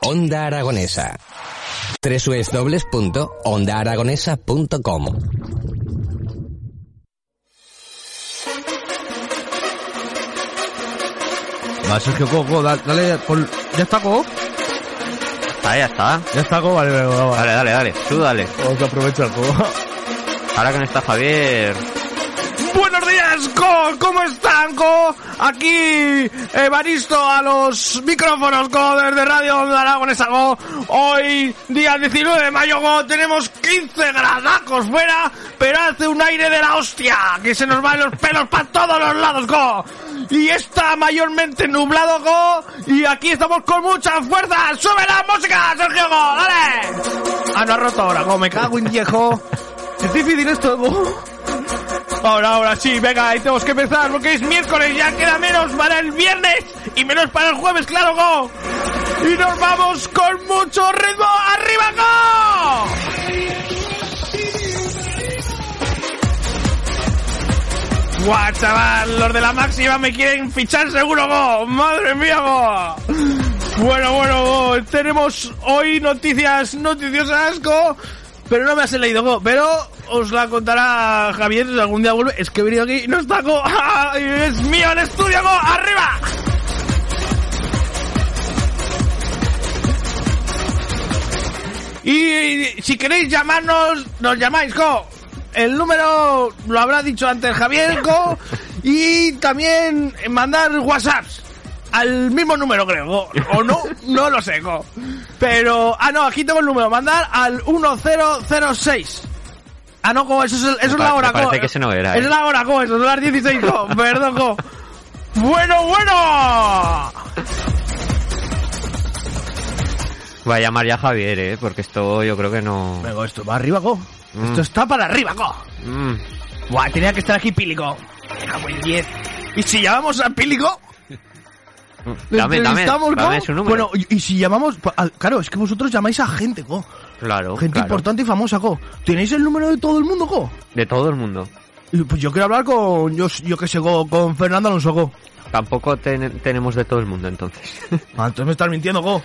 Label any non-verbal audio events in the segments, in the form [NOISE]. Onda Aragonesa. www.ondaaragonesa.com Va, Sergio Coco, da- dale, pon- ¿Ya está Coco? Ah, ya está. ¿Ya está Coco? Vale, venga, va, Dale, dale, dale. Tú dale. Vamos a aprovechar Coco. Ahora que no está Javier. Buenos días, Co, ¿cómo están, Co? Aquí Evaristo a los micrófonos, Co, desde Radio Onda Aragonesa, Co. Hoy, día 19 de mayo, Co, tenemos 15 gradacos fuera, pero hace un aire de la hostia, que se nos van los pelos para todos los lados, Co. Y está mayormente nublado, Co, y aquí estamos con mucha fuerza. ¡Sube la música, Sergio, Co! ¡Dale! Ah, no ha roto ahora, Co, me cago en viejo. Es difícil esto, Co. Ahora, ahora sí, venga, ahí tenemos que empezar porque es miércoles, ya queda menos para el viernes y menos para el jueves, claro, go. Y nos vamos con mucho ritmo, arriba, go. Guau, chaval, los de la máxima me quieren fichar seguro, go. Madre mía, go. Bueno, bueno, go. Tenemos hoy noticias noticiosas, go. Pero no me has leído, go. Pero os la contará Javier si algún día vuelve. Es que he venido aquí y no está, go. [LAUGHS] ¡Ah! Es mío el estudio, go. Arriba. Y si queréis llamarnos, nos llamáis, Go. El número lo habrá dicho antes Javier, Go. Y también mandar WhatsApps. Al mismo número, creo, Go. O no, no lo sé, Go. Pero, ah, no, aquí tengo el número. Mandar al 1006. Ah, no, Go, eso es, el- eso es Me la hora, parece Go. que ese no era, Es eh. la hora, Go, eso son las 16, Go. Perdón, Go. Bueno, bueno. Voy a llamar ya a Javier, eh, porque esto yo creo que no. Venga, esto va arriba, Go. Esto Mm. está para arriba, Go. Mm. Buah, tenía que estar aquí Pílico. Me cago en 10. ¿Y si llamamos a Pílico? ¿Le Dame, dame, entrevistamos, dame Go? su número. Bueno, y, y si llamamos... pa- ah, Claro, es que vosotros llamáis a gente, Go. claro, Gente Oh, claro. importante y famosa, Go. ¿Tenéis el número de todo el mundo, Go? De todo el mundo. Y, Pues yo quiero hablar con... Yo, yo qué sé, Go. Con Fernando Alonso, Go. Tampoco ten- tenemos de todo el mundo, entonces. Ah, entonces me estás mintiendo, Go.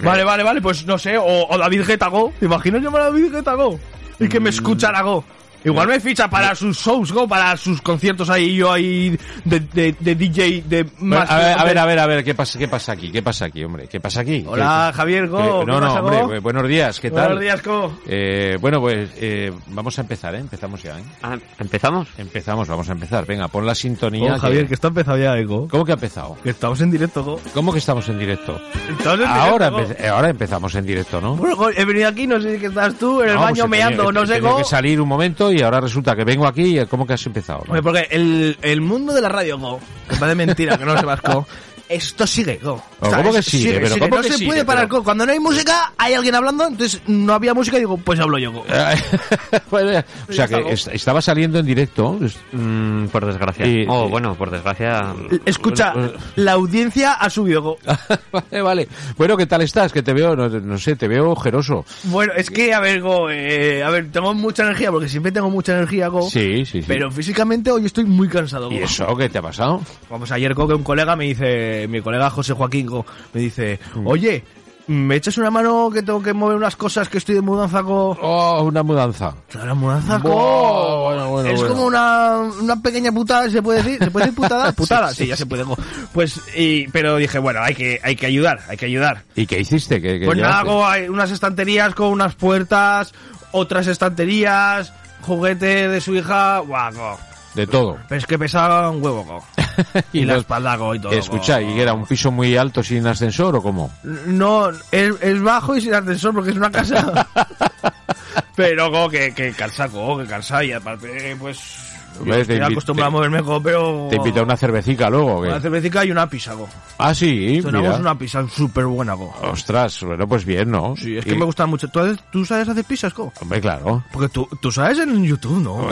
Vale, vale, vale. Pues no sé. O, o David Guetta, Go. ¿Te imaginas llamar a David Guetta, Go? Y que me escuchara, Go. Igual me ficha para sus shows, Go. Para sus conciertos ahí, yo ahí... De, de- de DJ, de... Bueno, más- a, ver, a ver, a ver, a ver, ¿qué pasa, qué pasa aquí? ¿Qué pasa aquí, hombre? ¿Qué pasa aquí? Hola, ¿Qué- Javier qué- Go. ¿qué no, no, pasa, hombre, Go? bu- buenos días, ¿qué tal? Buenos días, Go. Eh, bueno, pues eh, vamos a empezar, ¿eh? Empezamos ya, ¿eh? Ah, ¿Empezamos? Empezamos, vamos a empezar. Venga, pon la Go, sintonía. que- Oh, Javier, que está empezado ya, eh, Go. ¿Cómo que ha empezado? Que estamos en directo, Go. ¿Cómo que estamos en directo? Estamos en Ahora, directo, Go. empe- eh, ahora empezamos en directo, ¿no? Bueno, Go, he venido aquí, no sé si estás tú en el No, pues baño he tenido- meando, he- no he sé, tenido Go. que salir un momento y ahora resulta que vengo aquí y eh, ¿cómo que has empezado? [LAUGHS] Hombre, porque el, el mundo de la radio, Go, que parece mentira que no lo sepas, Go, esto sigue, Go. Pero ¿cómo que sigue? Pero ¿cómo no que se sigue? puede parar, Pero- Go. Cuando no hay música, hay alguien hablando, entonces no había música y digo, pues hablo yo, Eh, Go. Bueno, Pues, eh, o sea está, que Go. est- estaba saliendo en directo. es- Mm, por desgracia. Sí, oh, sí. bueno, por desgracia. Escucha, pues, la audiencia ha subido, [LAUGHS] Go. vale, vale. Bueno, ¿qué tal estás? Que te veo, no, no sé, te veo ojeroso. Bueno, es que, a ver, Go, eh, a ver, tengo mucha energía, porque siempre tengo mucha energía, Go. Sí, sí, sí. Pero físicamente hoy estoy muy cansado. ¿Y Go. eso qué te ha pasado? Vamos, ayer Go, que un colega me dice, mi colega José Joaquín Go, me dice, Mm. oye, ¿me echas una mano que tengo que mover unas cosas que estoy de mudanza Go? Oh, una mudanza. Claro, la mudanza Go. Buah, bueno, bueno, Ah, oh, es bueno. como una, una pequeña putada, ¿se puede decir? ¿Se puede decir [LAUGHS] putada? Putada, sí, ya se puede Go. Pues, y, pero dije, bueno, hay que, hay que ayudar, hay que ayudar. ¿Y qué hiciste? ¿Qué, qué Pues nada, llevaste? Go, hay unas estanterías con unas puertas, otras estanterías, juguete de su hija, guau, Go. De todo. Pero es que pesaba un huevo, Go. [LAUGHS] Y, la los- espalda, Go, y todo. Escucha, Go. ¿y era un piso muy alto sin ascensor o cómo? No, es, es bajo y sin ascensor porque es una [LAUGHS] casa. Pero go, que, que cansa, go, que cansa y aparte, pues Hombre, te, Estoy invi- acostumbrado a te- moverme con pero... te invito a una cervecica luego. ¿qué? Oh. Una cervecica y una pizza, go. Ah, sí, Cenamos mira. una pizza súper buena, go. Ostras, bueno, pues bien, ¿no? Sí, es Y- que me gusta mucho. ¿Tú, haces- tú sabes hacer pizzas, go? [LAUGHS] Hombre, claro. Porque tú, tú sabes en YouTube, ¿no? go?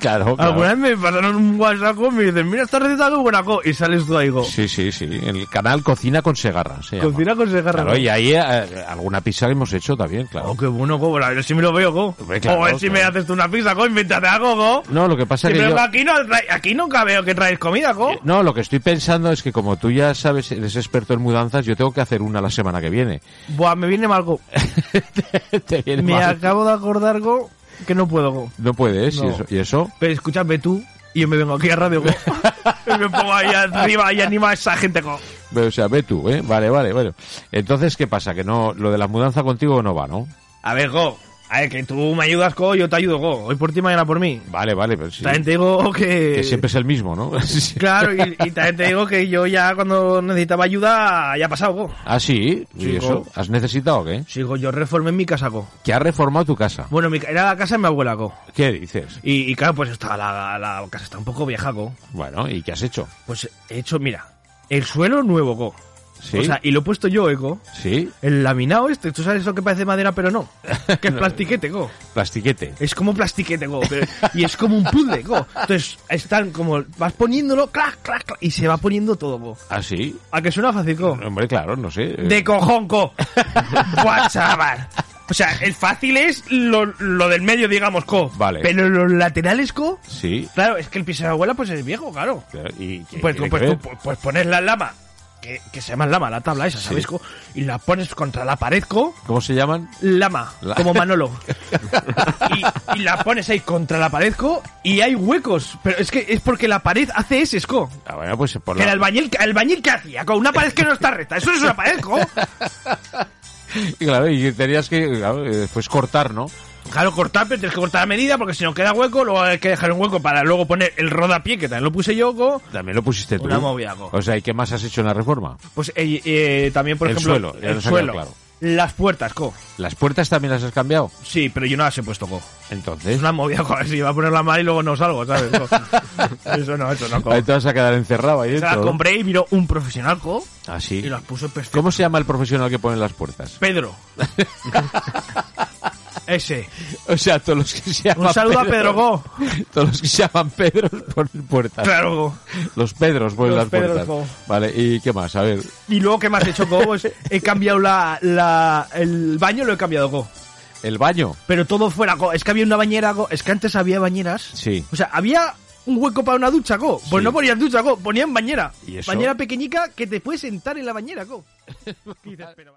Claro, claro. Alguna vez me pasaron un WhatsApp go, y me dicen, mira esta receta, go, buena, go. Y sales tú ahí, go. Sí, sí, sí. El canal Cocina con Segarra. se llama. Cocina con cegarra. Claro, y ahí eh, alguna pizza que hemos hecho también, claro. Oh, qué bueno, go. A ver si me lo veo, go. Hombre, claro, o a ver si claro. me haces tú una pizza, go. Invéntate algo, go. No, lo que pasa Sí, que pero yo... eh, aquí, no tra- aquí nunca veo que traes comida, go. No, lo que estoy pensando es que como tú ya sabes, eres experto en mudanzas, yo tengo que hacer una la semana que [LAUGHS] viene. Buah, me viene mal, go. Te viene Me mal. acabo de acordar, go, que no puedo, go. No puedes, No. ¿Y, eso, y eso? Pero escúchame tú y yo me vengo aquí a radio, [LAUGHS] go. y me pongo ahí arriba y animo a esa gente, go. Pero, o sea, ve tú, ¿eh? Vale, vale, bueno. Entonces, ¿qué pasa? Que no, lo de la mudanza contigo no va, ¿no? A ver, go. A ver, que tú me ayudas, go, yo te ayudo, go. Hoy por ti, mañana por mí. Vale, vale, pero sí. También te digo que... Que siempre es el mismo, ¿no? [LAUGHS] Sí. Claro, y, y también te digo que yo ya cuando necesitaba ayuda, ya ha pasado, go. Ah, sí, Sí, ¿y eso? co- ¿Has necesitado o qué? Sí, go, yo reformé mi casa, go. Que has reformado tu casa. Bueno, mi, ca- era la casa de mi abuela, go. ¿Qué dices? Y, y claro, pues está, la, la casa está un poco vieja, go. Bueno, ¿y qué has hecho? Pues he hecho, mira, el suelo nuevo, go. Sí. O sea, y lo he puesto yo, eh, go. Sí, El laminado este, tú sabes eso que parece madera, pero [LAUGHS] no. Que es plastiquete, go. plastiquete. Es como plastiquete, go. pero- y es como un puzzle, go. Entonces, están como, vas poniéndolo, clac, clac, clac, y se va poniendo todo, go. Ah, sí. A que suena fácil, go. Hombre, claro, no sé. eh, De [LAUGHS] cojonco. Buah, chaval. O sea, el fácil es lo, lo del medio, digamos, co. Vale. Pero los laterales, co. Sí. Claro, es que el piso de la abuela, pues es viejo, claro. claro, ¿Y qué Pues, tiene pues, que tú, ver? pues, pues pones la lama, que, que se llama lama, la tabla esa, ¿sabes, co? Y la pones contra la pared, co. ¿Cómo se llaman? Lama, La- como [LAUGHS] Manolo. y, y la pones ahí contra la pared, co. Y hay huecos. Pero es que es porque la pared hace ese, co. Ah, bueno, pues por Que el la... albañil, el albañil que hacía, con una pared que no está recta. Eso no es una pared, co. Y Claro, y tenías que claro, eh, pues cortar, ¿no? Claro, cortar, pero tienes que cortar a medida porque si no queda hueco, luego hay que dejar un hueco para luego poner el rodapié, que también lo puse yo, co. También lo pusiste tú. Una movida, co. O sea, ¿y qué más has hecho en la reforma? Pues eh, eh, también, por El ejemplo, suelo, ya el nos ha suelo, quedado claro. las puertas, co. ¿Las puertas también las has cambiado? Sí, pero yo no las he puesto, co. Entonces... Es una movida, [LAUGHS] co. A ver si iba a ponerla mal y luego no salgo, ¿sabes? [LAUGHS] co? eso no, eso no, co. Ahí te vas a quedar encerrado ahí Se las dentro. ¿no? compré y vino un profesional, co. Ah, sí. Y las puso perfecto. ¿Cómo se llama el profesional que pone las puertas? [LAUGHS] Pedro. Ese. [LAUGHS] O sea, todos los que se llaman Un saludo a Pedro, co. Todos los que se llaman Pedro [LAUGHS] ponen puertas. Claro, co. Los Pedros ponen Los las Pedros, puertas. Vale, ¿y qué más? A ver. Y luego, ¿qué más he hecho, co? Pues he cambiado la, la, el baño, lo he cambiado, co. ¿El baño? Pero todo fuera, go. es que había una bañera, go. es que antes había bañeras. Sí. O sea, había un hueco para una ducha, go. Pues Sí. no ponían ducha, go, ponían bañera. ¿Y eso? Bañera pequeñica que te puedes sentar en la bañera, go. [LAUGHS] Y dices, pero-